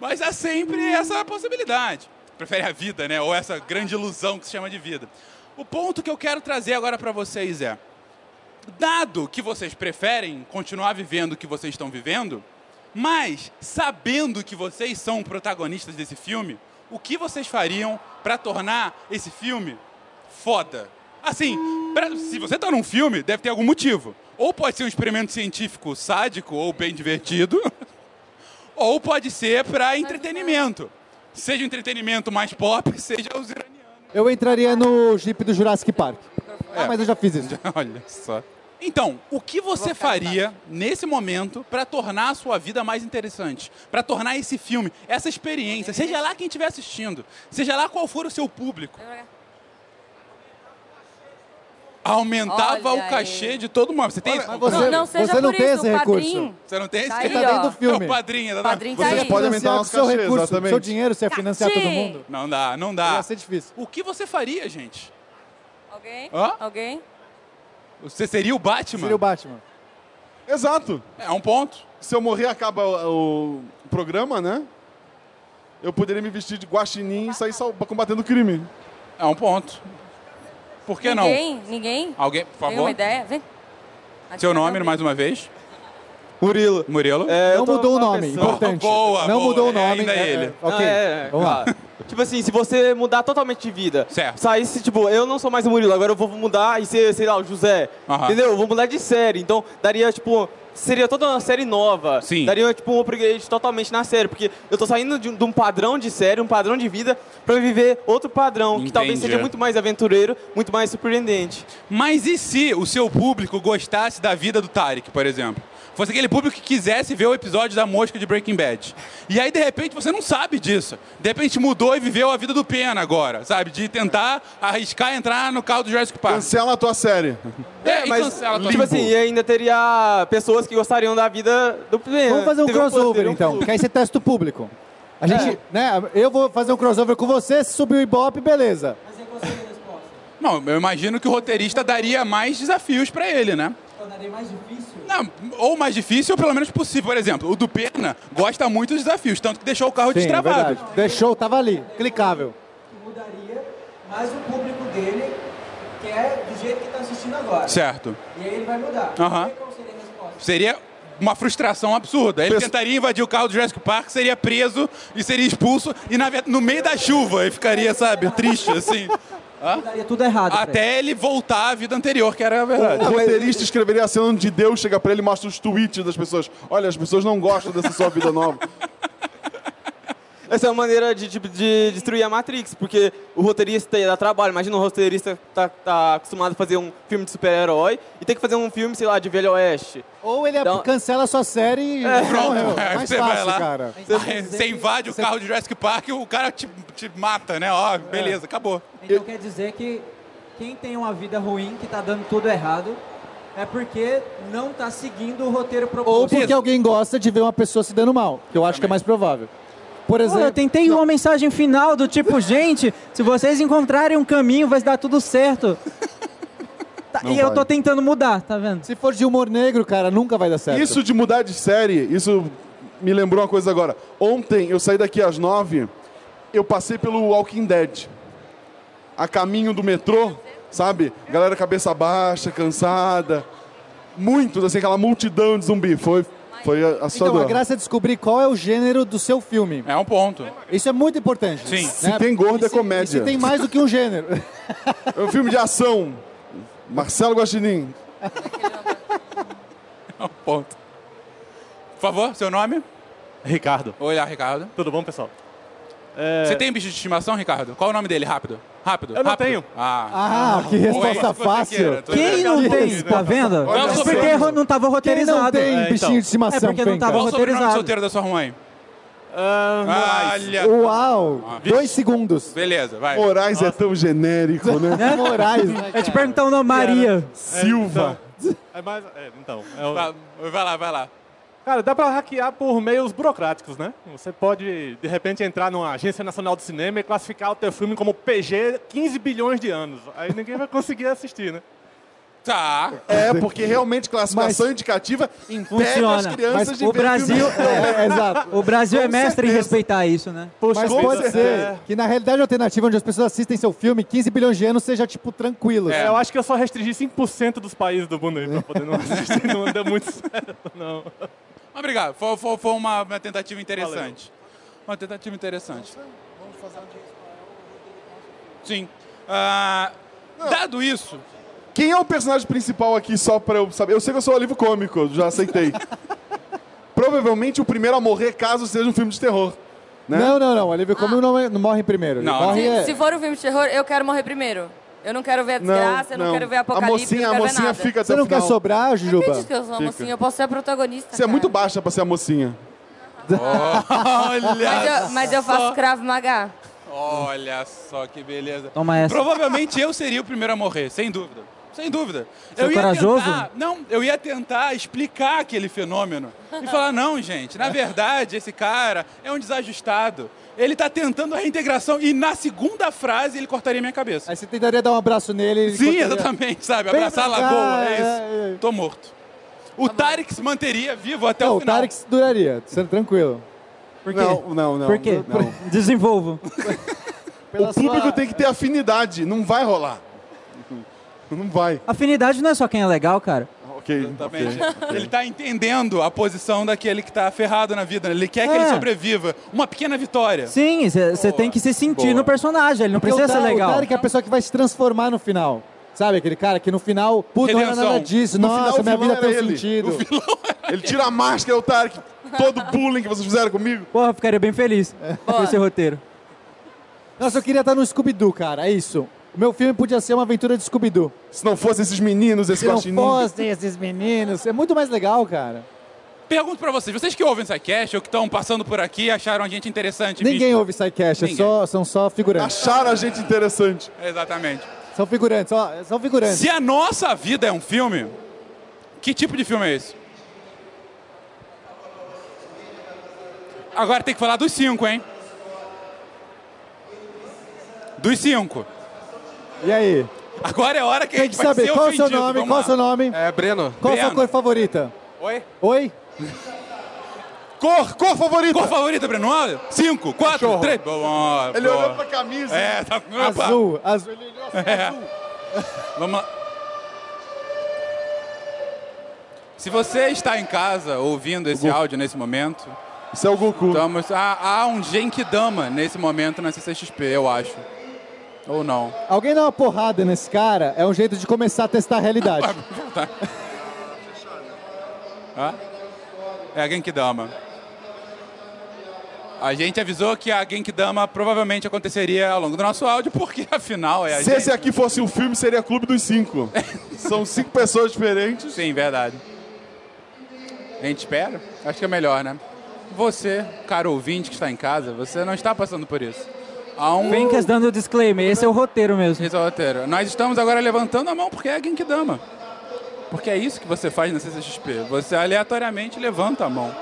I: Mas há sempre essa possibilidade. Prefere a vida, né? Ou essa grande ilusão que se chama de vida. O ponto que eu quero trazer agora para vocês é: dado que vocês preferem continuar vivendo o que vocês estão vivendo, Mas, sabendo que vocês são protagonistas desse filme, o que vocês fariam pra tornar esse filme foda? Assim, pra- se você tá num filme, deve ter algum motivo. Ou pode ser um experimento científico sádico ou bem divertido, ou pode ser pra entretenimento. Seja um entretenimento mais pop, seja os iranianos.
K: Eu entraria no Jeep do Jurassic Park. Ah, mas eu já fiz isso.
I: Olha só. Então, o que você faria nesse momento pra tornar a sua vida mais interessante? Pra tornar esse filme, essa experiência, seja lá quem estiver assistindo, seja lá qual for o seu público, aumentava
S: Olha
I: o cachê de todo mundo. Você tem esse-
K: você- Não, não seja você não por tem isso, esse o recurso. padrinho
I: Você não tem esse
K: tá aí, Tá dentro ó. do filme.
I: É o padrinho, é exatamente.
K: Padrinho tá Vocês aí. podem aumentar nosso cachê, exatamente. Cachê!
I: Não dá, não dá.
K: Ia ser difícil.
I: O que você faria, gente?
S: Alguém?
I: Hã?
S: Alguém?
I: Você seria o Batman?
K: Seria o Batman.
H: Exato.
I: É um ponto.
H: Se eu morrer, acaba o, o programa, né? Eu poderia me vestir de guaxinim e sair sal- combatendo o crime.
I: É um ponto. Por que não?
S: Ninguém? Ninguém?
I: Alguém, por
S: Tem uma
I: favor?
S: ideia? Vem. Aqui
I: Seu
S: tá
I: nome,
S: meu
I: mais uma vez?
K: Murilo. É,
I: Murilo.
K: Não mudou o nome,
I: pensando.
K: importante.
I: Boa,
K: Não
I: boa,
K: mudou o
I: é
K: nome.
I: ainda
K: é-
I: ele.
K: é, Ok,
L: É,
K: vamos lá.
L: cara. Tipo assim, se você mudar totalmente de vida, saísse, tipo, eu não sou mais o Murilo, agora eu vou mudar e ser, sei lá, o José.
I: Aham.
L: Entendeu? Eu vou mudar de série. Então, daria, tipo, seria toda uma série nova.
I: Sim.
L: Daria, tipo, um upgrade totalmente na série. Porque eu tô saindo de, um- de um padrão de série, um padrão de vida, pra viver outro padrão, que talvez
I: Entendi.
L: seja muito mais aventureiro, muito mais surpreendente.
I: Mas e se o seu público gostasse da vida do Tarek, por exemplo? Fosse aquele público que quisesse ver o episódio da mosca de Breaking Bad. E aí, de repente, você não sabe disso. De repente mudou e viveu a vida do Pena agora, sabe? De tentar arriscar entrar no carro do Jurassic Park.
H: Cancela a tua série.
I: É,
L: mas,
I: cancela a tua
L: tipo assim, e ainda teria pessoas que gostariam da vida do
K: Vamos fazer um
L: Teve
K: crossover,
L: poder, um
K: então, porque aí você testa o público. A gente, né, eu vou fazer um crossover com você, se subir o Ibope, beleza.
I: Não, eu imagino que o roteirista daria mais desafios pra ele, né?
J: Tornaria mais difícil?
I: Não, ou mais difícil ou pelo menos possível. Por exemplo, o do Pena gosta muito dos desafios, tanto que deixou o carro
K: Sim, é
I: destravado.
K: verdade. Deixou, tava ali, clicável.
J: Mudaria, mas o público dele quer do jeito que tá assistindo agora.
I: Certo.
J: E aí ele vai mudar.
I: Aham.
J: E Qual seria a resposta?
I: Seria uma frustração absurda. Ele tentaria invadir o carro do Jurassic Park, seria preso e seria expulso, e na ve- no meio da chuva ele ficaria, sabe, triste, assim.
J: Daria tudo errado. pra ele.
I: Até ele voltar à vida anterior, que era a verdade.
H: O Um roteirista escreveria a cena onde Deus chega pra ele e mostra os tweets das pessoas. Olha, as pessoas não gostam dessa sua vida nova.
L: Essa é uma maneira de, tipo, de destruir a Matrix, porque o roteirista ia dar trabalho. Imagina o roteirista tá, tá acostumado a fazer um filme de super-herói e tem que fazer um filme, sei lá, de Velho Oeste.
K: Ou ele
L: Então-
K: cancela a sua série e morreu. Mais
I: você vai
K: fácil,
I: lá,
K: cara.
I: aí você invade o carro do Jurassic Park e o cara te, te mata, né?
U: É.
I: Ó, beleza, acabou.
J: Então quer dizer que quem tem uma vida ruim, que tá dando tudo errado, é porque não tá seguindo o roteiro proposto.
K: Ou porque alguém gosta de ver uma pessoa se dando mal, que eu acho que é mais provável. Por exemplo...
V: eu tentei uma mensagem final do tipo, gente, se vocês encontrarem um caminho, vai dar tudo certo. Tá,
H: Não
V: e eu
H: vai.
V: tô tentando mudar, tá vendo?
K: Se for de humor negro, cara, nunca vai dar certo.
H: Isso de mudar de série, isso me lembrou uma coisa agora. Ontem eu saí daqui às nove, eu passei pelo Walking Dead. A caminho do metrô, sabe? Galera cabeça baixa, cansada. Muitos, assim, aquela multidão de zumbi. Foi, foi
K: Então,
H: assustador.
K: a graça é descobrir qual é o gênero do seu filme.
I: É um ponto.
K: Isso é muito importante.
I: Sim.
H: Se tem gordo, é comédia.
K: Se tem mais do que um gênero.
H: É um filme de ação. Marcelo Guaxinim.
I: Um ponto. Por favor, seu nome?
U: Ricardo.
I: Olá, Ricardo.
U: Tudo bom, pessoal? É-
I: Você tem bicho de estimação, Ricardo? Qual o nome dele? Rápido. Rápido.
U: Eu não
I: rápido.
U: tenho.
I: Ah,
V: Ah, que resposta
I: fácil.
V: Quem não tem, tá vendo?
I: Olha
V: É
I: só.
V: porque ro- não tava roteirizado. É porque não tava
I: Qual o sobrenome
V: roteirizado.
I: solteiro da sua mãe?
U: Ah,
I: Olha.
K: Uau! Dois segundos. É
I: Beleza, vai.
H: Moraes é tão genérico, né?
V: Né? Moraes. Eu te perguntar o nome, Maria.
H: é
S: então.
H: Silva.
U: É mais. É, então. É
I: Vai,
U: o...
I: vai lá, vai lá.
U: Cara, dá pra hackear por meios burocráticos, né? Você pode, de repente, entrar numa Agência Nacional do Cinema e classificar o teu filme como PG 15 bilhões de anos. Aí ninguém vai conseguir assistir, né?
I: Tá.
H: É, porque realmente classificação indicativa impede as
V: Funciona.
H: crianças
V: Mas
H: de
V: o
H: ver
V: Brasil,
H: filme.
V: é, é, exato. O Brasil é
H: Com
V: mestre em
H: certeza.
V: respeitar isso, né?
K: Mas pode ser que na realidade alternativa onde as pessoas assistem seu filme, 15 bilhões de anos seja tipo tranquilo.
U: É, eu acho que eu só restringi 5% dos países do mundo aí pra poder não assistir. Não deu muito certo, não.
I: Mas obrigado. Foi, foi- foi uma, uma tentativa interessante. Uma tentativa interessante.
H: Vamos fazer
W: um
H: uma
I: Sim. Ah, dado isso,
H: Quem é o personagem principal aqui, só pra eu saber? Eu sei que eu sou um livro cômico, já aceitei. Provavelmente o primeiro a morrer, caso seja um filme de terror. Né?
K: Não, não, não. O
V: Ah.
K: alívio cômico não, não morre primeiro. Ele morre é-
S: Se, se for um filme de terror, eu quero morrer primeiro. Eu não quero ver a
K: Não,
S: desgraça, eu não,
K: não.
S: quero ver
K: A
S: apocalipse,
H: mocinha-
S: eu não
H: a
S: quero
H: mocinha
S: ver nada.
H: fica até
K: Você não quer sobrar, Juba?
S: Acredito que eu sou uma
H: Fica.
S: mocinha, eu posso ser a protagonista.
H: Você é muito baixa pra ser a mocinha.
I: Olha
S: Mas eu, mas eu faço
I: só.
S: cravo magá.
I: Olha só que beleza.
S: Toma essa.
I: Provavelmente eu seria o primeiro a morrer, sem dúvida. Sem dúvida.
V: Você é
I: eu ia
V: corajoso?
I: tentar- não, eu ia tentar explicar aquele fenômeno e falar: não, gente, na verdade, esse cara é um desajustado. Ele tá tentando a reintegração e na segunda frase ele cortaria minha cabeça.
K: Aí você tentaria dar um abraço nele.
I: Sim, exatamente, sabe?
K: Vem
I: Abraçar a
K: pra cá,
I: lagoa, é
K: é,
I: isso. Tô morto.
H: Tá
I: O Tarek se manteria vivo até o
K: Não, o
I: final.
K: Tarek duraria, sendo tranquilo.
I: Por
H: quê? Não, não, não,
K: Por quê?
H: não.
K: Desenvolvo.
H: o público tem que ter afinidade, não vai rolar. Não vai.
V: Afinidade não é só quem é legal, cara.
H: Ok.
I: Exatamente.
H: ok.
I: Ele tá entendendo a posição daquele que tá ferrado na vida. né? Ele quer que ele
V: É.
I: sobreviva. Uma pequena vitória.
V: Sim, você tem que se sentir
I: Boa.
V: no personagem, ele não
K: Porque
V: precisa
K: o
V: ser
K: Ta- O
V: legal.
K: Tarek é a pessoa que vai se transformar no final. Sabe aquele cara que no final, puta, não era
H: Redenção.
K: nada disso.
H: No
K: Nossa,
H: final, o
K: minha
H: vilão
K: vida tem um
H: era ele.
K: sentido.
H: Ele tira a máscara, é o Tarek. Todo bullying que vocês fizeram comigo.
V: Porra, eu ficaria bem feliz com esse roteiro.
K: É. Nossa, eu queria estar no Scooby-Doo, cara. É isso. O meu filme podia ser uma aventura de Scooby-Doo.
H: Se não fossem esses meninos,
K: Se
H: esse
K: não
H: guaxinim.
K: fossem esses meninos. É muito mais legal, cara.
I: Pergunto pra vocês. Vocês que ouvem essa cast ou que estão passando por aqui e acharam a gente interessante.
K: Ninguém
I: visto?
K: ouve SciCast, é
I: Ninguém.
K: só, são só figurantes.
H: Acharam a gente interessante.
I: Exatamente.
K: São figurantes, ó, são figurantes.
I: Se a nossa vida é um filme, que tipo de filme é esse? Agora tem que falar dos cinco, hein? Dos cinco.
K: E aí?
I: Agora é a hora que a
K: Tem
I: gente
K: que
I: vai
K: saber
I: ser
K: qual é o seu
I: ofendido.
K: nome,
I: Vamos
K: qual é o
I: lá.
K: seu nome?
A: É, Breno.
K: Qual a sua
I: Breno.
K: cor favorita?
A: Oi?
K: Oi?
I: Cor, cor favorita. Cor favorita, Breno. Olha, Cinco, quatro, três. Boa,
H: Ele
I: boa.
H: olhou pra camisa.
I: É, tá... opa.
K: Azul, azul. Ele
I: É. Vamos lá. Se você está em casa ouvindo esse áudio nesse momento...
H: Isso é o Goku.
I: Estamos... Há, há um Genkidama nesse momento na CCXP, eu acho. Ou não.
K: Alguém dá uma porrada nesse cara é um jeito de começar a testar a realidade.
I: Tá. Hã? É a Genkidama. A gente avisou que a Genkidama provavelmente aconteceria ao longo do nosso áudio, porque afinal é a
H: Se
I: gente.
H: esse aqui fosse um filme, seria Clube dos Cinco. São cinco pessoas diferentes.
I: Sim, verdade. A gente espera? Acho que é melhor, né? Você, caro ouvinte que está em casa, você não está passando por isso. Há um...
V: Fencas dando o disclaimer, esse é o roteiro mesmo.
I: Esse é o roteiro. Nós estamos agora levantando a mão porque é a Genkidama. Porque é isso que você faz na CCXP. Você aleatoriamente levanta a mão.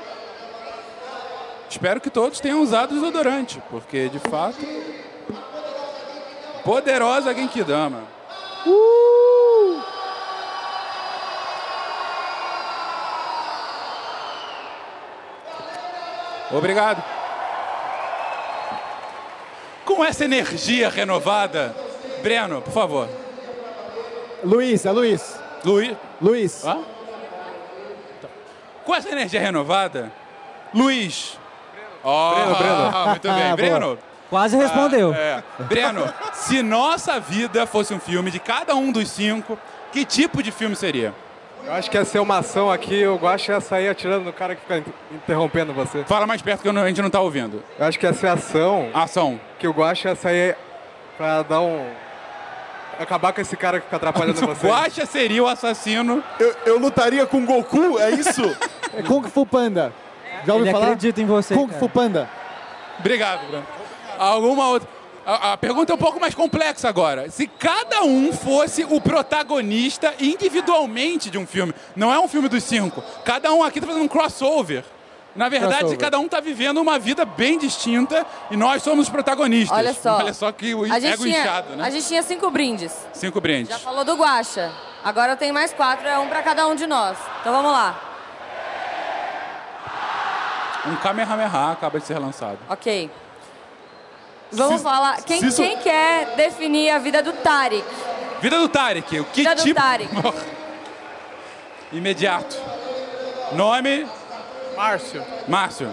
I: Espero que todos tenham usado desodorante, porque de fato. Poderosa Uh! Genkidama. Obrigado. Com essa energia renovada, Breno, por favor.
K: Luiz, é Luiz.
I: Luiz.
K: Luiz.
I: Hã? Com essa energia renovada, Luiz. Ah, Oh,
V: Breno, Breno.
I: Muito bem,
V: Boa.
I: Breno.
A: Ah,
V: Quase respondeu.
I: É. Breno, se nossa vida fosse um filme de cada um dos cinco, que tipo de filme seria?
A: Eu acho que ia ser uma ação aqui, o Guacha ia sair atirando no cara que fica in- interrompendo você.
I: Fala mais perto que eu não- a gente não tá ouvindo.
A: Eu acho que ia ser ação.
I: Ação.
A: Que o Guacha ia sair pra dar um. acabar com esse cara que fica atrapalhando você.
I: Guacha seria o assassino.
H: Eu, eu lutaria com Goku, é isso?
K: É Kung Fu Panda. Já ouviu
I: Ele
K: falar?
I: acredita em você,
K: Kung
I: cara.
K: Fu Panda.
I: Obrigado, Breno. Alguma outra. A, a pergunta é um pouco mais complexa agora. Se cada um fosse o protagonista individualmente de um filme, não é um filme dos cinco. Cada um aqui tá fazendo um crossover. Na verdade,
S: Crossover.
I: cada um tá vivendo uma vida bem distinta e nós somos os protagonistas.
S: Olha só.
I: Olha só que o
S: a gente,
I: ego
S: tinha,
I: inchado, né?
S: a gente tinha cinco brindes.
I: Cinco brindes.
S: Já falou do guacha. Agora tem mais quatro, é um pra cada um de nós. Então vamos lá.
I: Um Kamehameha acaba de ser lançado.
S: Ok. Vamos
I: Se-
S: falar. Quem,
I: se isso-
S: quem quer definir a vida do Tarek?
I: Vida do Tarek. O que
S: Vida do
I: tipo...
S: Tarek.
I: Imediato. Nome,
B: Márcio,
I: Márcio,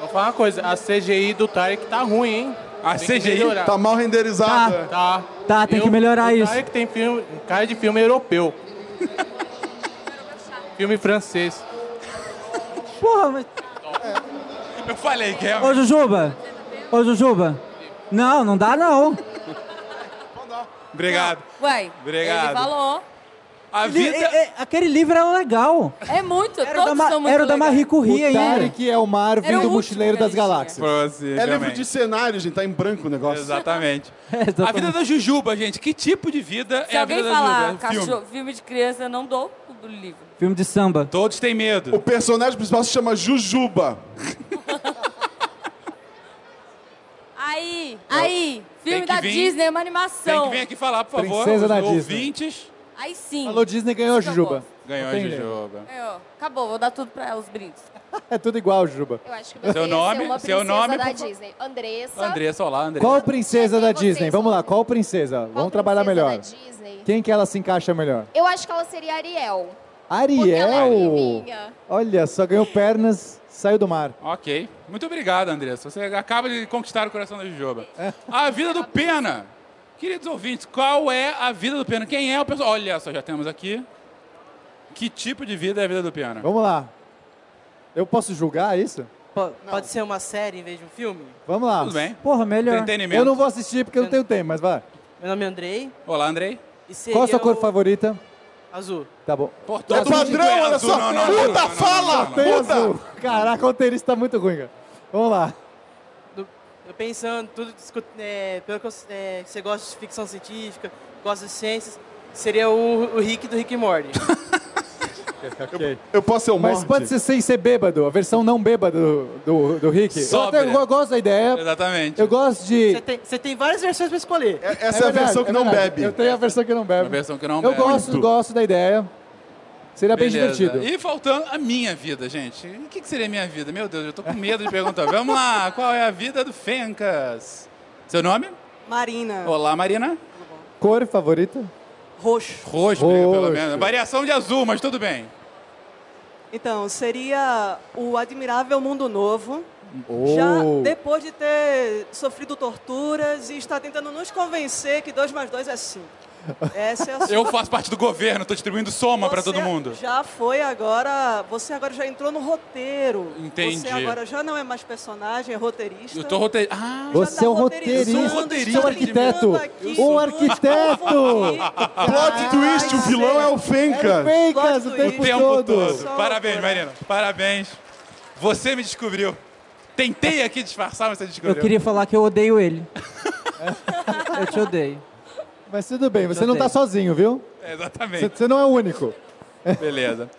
B: vou falar uma coisa. A CGI do Tarek tá ruim, hein?
I: A
B: Tem que
I: CGI?
B: melhorar.
H: Tá mal renderizado. é.
B: Tá.
V: Tá, tem que melhorar
B: o
V: isso.
B: Tarek tem filme, cara de filme europeu. filme francês.
V: Porra, mas...
I: Eu falei que é.
V: Ô, Jujuba. Ô, Jujuba. Não, não dá não.
I: Obrigado.
S: Uai.
I: Obrigado.
S: Ele falou.
I: A
V: Ele- é- é- aquele livro era legal.
S: É muito,
V: Era o
S: todos
V: da, Ma-
S: são muito
V: era o da
S: legais.
V: Marie Curie
K: O
V: ainda.
K: Tarek é o
C: um
K: Marvin
W: um
S: Era o
K: do
S: último
K: Mochileiro das Galáxias.
H: É livro
I: Possivelmente.
H: de cenário, gente. Tá em branco o negócio.
I: Exatamente. A vida da Jujuba, gente. Que tipo de vida
S: Se
I: é a
S: alguém
I: vida da
S: falar
I: Jujuba? É um filme.
S: cachorro, filme de criança, eu não dou o livro.
V: Filme de samba.
I: Todos têm medo.
H: O personagem principal se chama Jujuba.
S: Aí, aí,
I: Tem
S: filme
I: que
S: da
I: vir-
S: Disney, é uma
I: Tem que
S: animação.
I: vir aqui falar, por favor.
K: Princesa
I: os
K: da Disney.
I: ouvintes.
S: Aí sim.
K: Falou Disney, ganhou a
C: é
S: Isso que eu
K: Jujuba.
I: Ganhou a
K: Não tem jeito.
I: Jujuba.
S: Ganhou. Acabou, vou dar tudo pra ela, os brindes.
K: É tudo igual, Juba.
C: Eu acho que você
I: Seu
C: ia ser
I: nome?
C: uma
I: Seu
C: princesa
I: nome,
C: da
I: por fa-
C: Disney. Andressa.
I: Andressa, olá, Andressa.
K: Qual princesa da Disney? Vamos lá, qual princesa? Vamos trabalhar
C: princesa
K: melhor.
C: da Disney?
K: Quem que ela se encaixa melhor?
C: Eu acho que ela seria Ariel. ela é
K: Ariel!
C: pequenininha.
K: Olha só, ganhou pernas, saiu do mar.
I: Ok. Muito obrigado, Andressa. Você acaba de conquistar o coração da Jujuba.
K: É.
I: A vida do Pena. Queridos ouvintes, qual é a vida do Pena? Quem é o pessoal? Olha só, já temos aqui. Que tipo de vida é a vida do Pena?
K: Vamos lá. Eu posso julgar isso?
W: Pode ser uma série em vez de um filme?
K: Vamos lá.
W: Tudo bem.
K: Porra,
W: melhor. Entretenimento.
K: Eu não vou assistir porque eu não tenho tempo, mas vai.
W: Meu nome é Andrei.
I: Olá, Andrei.
W: E seria
K: Qual a sua cor
W: o-
K: favorita?
W: Azul.
K: Tá bom.
I: todo mundo
K: padrão,
I: é
K: olha
I: azul,
K: só.
I: não, não, não,
K: Muda,
I: não, não,
K: fala!
I: não, não,
K: Tem
I: não.
K: azul. Caraca, o roteirista tá muito ruim, cara. Vamos lá.
W: Eu pensando, tudo, discu- é, pelo que eu, é, você gosta de ficção científica, gosta de ciências, seria o, o Rick do Rick e Morty.
K: Eu,
H: eu posso ser o
K: Mas
H: Morty?
K: pode ser sem ser bêbado, a versão não bêbada do, do, do Rick.
W: Sóbria.
K: Eu, até, eu gosto da ideia.
I: Exatamente.
K: Eu gosto de.
W: Você tem, você tem várias versões pra escolher.
K: É verdade, é verdade. Eu tenho a versão que não bebe.
I: A versão que não
K: eu
I: bebe.
K: gosto, gosto da ideia. Seria
I: Beleza.
K: bem divertido.
I: E faltando a minha vida, gente. O que, que seria a minha vida? Meu Deus, eu tô com medo de perguntar. Vamos lá, qual é a vida do Fencas? Seu nome?
W: Marina.
I: Olá, Marina.
K: Cor favorita?
W: Roxo.
I: Roxo, pelo
K: Roxo.
I: menos. Variação de azul, mas tudo bem.
X: Então, seria o Admirável Mundo Novo.
K: Oh.
X: Já depois de ter sofrido torturas e está tentando nos convencer que 2 mais 2 é 5. Essa é a sua...
I: Eu faço parte do governo, tô distribuindo soma pra todo
X: Você
I: mundo.
X: Já foi agora. Você agora já entrou no roteiro.
I: Entendi.
X: Você agora já não é mais personagem, é roteirista.
I: Eu tô roteiro. Ah,
K: Você é um roteirista.
I: Eu
K: Você
I: sou
K: é
I: um
K: um
I: roteirista,
K: arquiteto.
I: gente.
K: Um arquiteto.
I: ah,
H: Plot twist, o vilão é o
K: Era o
H: Fencas.
K: Fencas o
I: o
K: tempo todo.
I: Parabéns, Marina. Parabéns. Você me descobriu. Tentei aqui disfarçar, mas você descobriu.
V: Eu queria falar que eu odeio ele. eu te odeio.
K: Mas tudo bem, você não
V: odeio.
K: tá sozinho, viu?
I: Exatamente.
K: Você você não é o único.
I: Beleza.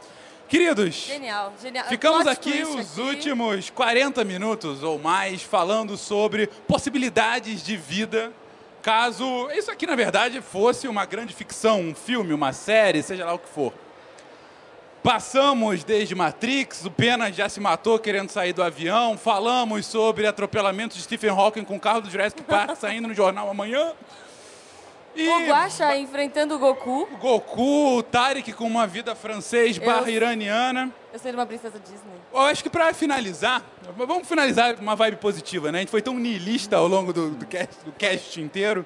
I: Queridos,
S: Genial, genial.
I: Ficamos
S: Plot
I: aqui
S: twist
I: os últimos 40 minutos ou mais falando sobre possibilidades de vida. Caso isso aqui, na verdade, fosse uma grande ficção, um filme, uma série, seja lá o que for. Passamos desde Matrix, o Pena já se matou querendo sair do avião, falamos sobre atropelamento de Stephen Hawking com o carro do Jurassic Park saindo no jornal amanhã.
S: O Guaxa enfrentando o Goku.
I: Goku, o Tarek com uma vida francês
S: Eu-
I: barra iraniana.
S: Eu seria uma princesa Disney.
I: Eu acho que pra finalizar, vamos finalizar com uma vibe positiva, né? A gente foi tão niilista ao longo do, do, cast, do cast inteiro.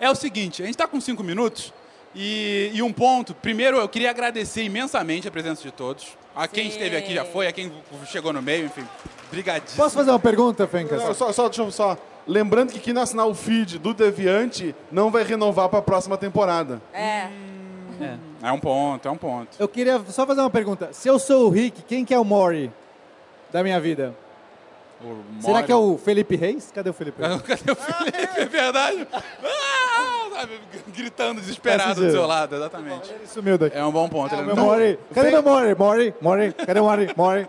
I: É o seguinte, a gente tá com cinco minutos e, e um ponto. Primeiro, eu queria agradecer imensamente a presença de todos. A quem esteve aqui já foi, a quem chegou no meio, enfim. Brigadíssimo.
K: Posso fazer uma pergunta, Fencas?
H: Não, só, só, deixa eu só. Lembrando que quem assinar o feed do Deviante não vai renovar pra próxima temporada.
S: É.
I: É um ponto, é um ponto.
K: Eu queria só fazer uma pergunta. Se eu sou o Rick, quem que é o Mori da minha vida? Será que é o Felipe Reis? Cadê o Felipe Reis?
I: É verdade? Ah, sabe, gritando desesperado do
K: Esse
I: seu
K: jeito.
I: lado, exatamente.
K: Ele sumiu daqui.
I: É um bom ponto.
K: É,
I: ele
K: o
I: não
K: meu
I: tá-
K: Mori. Cadê meu Mori? Mori, Mori. Cadê o Mori? Mori.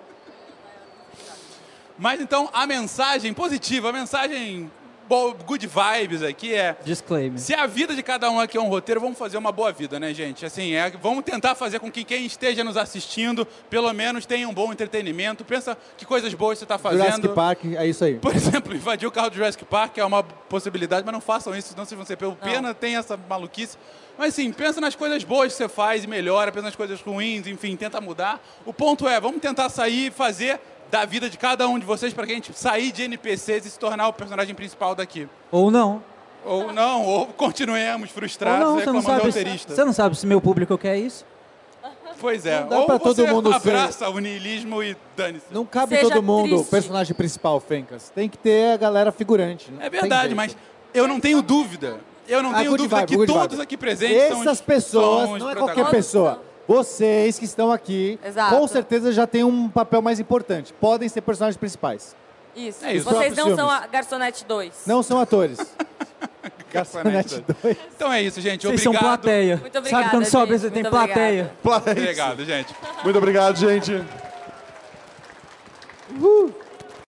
I: Mas então, a mensagem positiva, a mensagem bo- good vibes aqui é.
A: Disclaimer.
I: Se a vida de cada um aqui é um roteiro, vamos fazer uma boa vida, né, gente? Assim, é, vamos tentar fazer com que quem esteja nos assistindo, pelo menos tenha um bom entretenimento. Pensa que coisas boas você está
K: Jurassic
I: fazendo.
K: Park, é isso aí.
I: Por exemplo, invadir o carro do Jurassic Park é uma possibilidade, mas não façam isso, senão vocês vão ser pego. Pena tem essa maluquice. Mas sim, pensa nas coisas boas que você faz e melhora, pensa nas coisas ruins, enfim, tenta mudar. O ponto é, vamos tentar sair e fazer da vida de cada um de vocês para que a gente sair de NPCs e se tornar o personagem principal daqui.
J: Ou não.
I: Ou não, ou continuemos
J: Ou
I: frustrados
J: não, você não,
I: reclamando
J: sabe,
I: do
J: se-
I: alterista.
J: você não sabe se meu público quer isso.
I: Pois é,
K: Não dá
I: ou
K: pra
I: você
K: todo mundo ser-
I: abraça o niilismo e dane-se.
K: Não cabe
I: Seja
K: todo mundo,
I: triste.
K: personagem principal, Fencas. Tem que ter a galera figurante. não
I: É
K: tem
I: verdade,
K: jeito.
I: mas eu não tenho dúvida. Eu não
K: Ah,
I: tenho
K: good
I: dúvida
K: vibe,
I: que
K: good
I: todos
K: vibe.
I: aqui presentes são os-
K: Essas pessoas,
I: são os
K: não é qualquer
I: protagonistas.
K: pessoa. Vocês que estão aqui,
S: Exato.
K: com certeza já têm um papel mais importante. Podem ser personagens principais.
S: Isso.
K: É isso.
S: Vocês
K: Próprios
S: não são
K: filmes.
S: a Garçonete 2.
K: Não são atores.
I: Garçonete dois. Então é isso, gente.
J: Vocês são
I: obrigado.
J: plateia.
S: Muito obrigada,
J: sabe quando sobra,
S: gente.
J: você tem
S: Muito
J: plateia.
I: Obrigado, gente.
H: Muito obrigado, gente.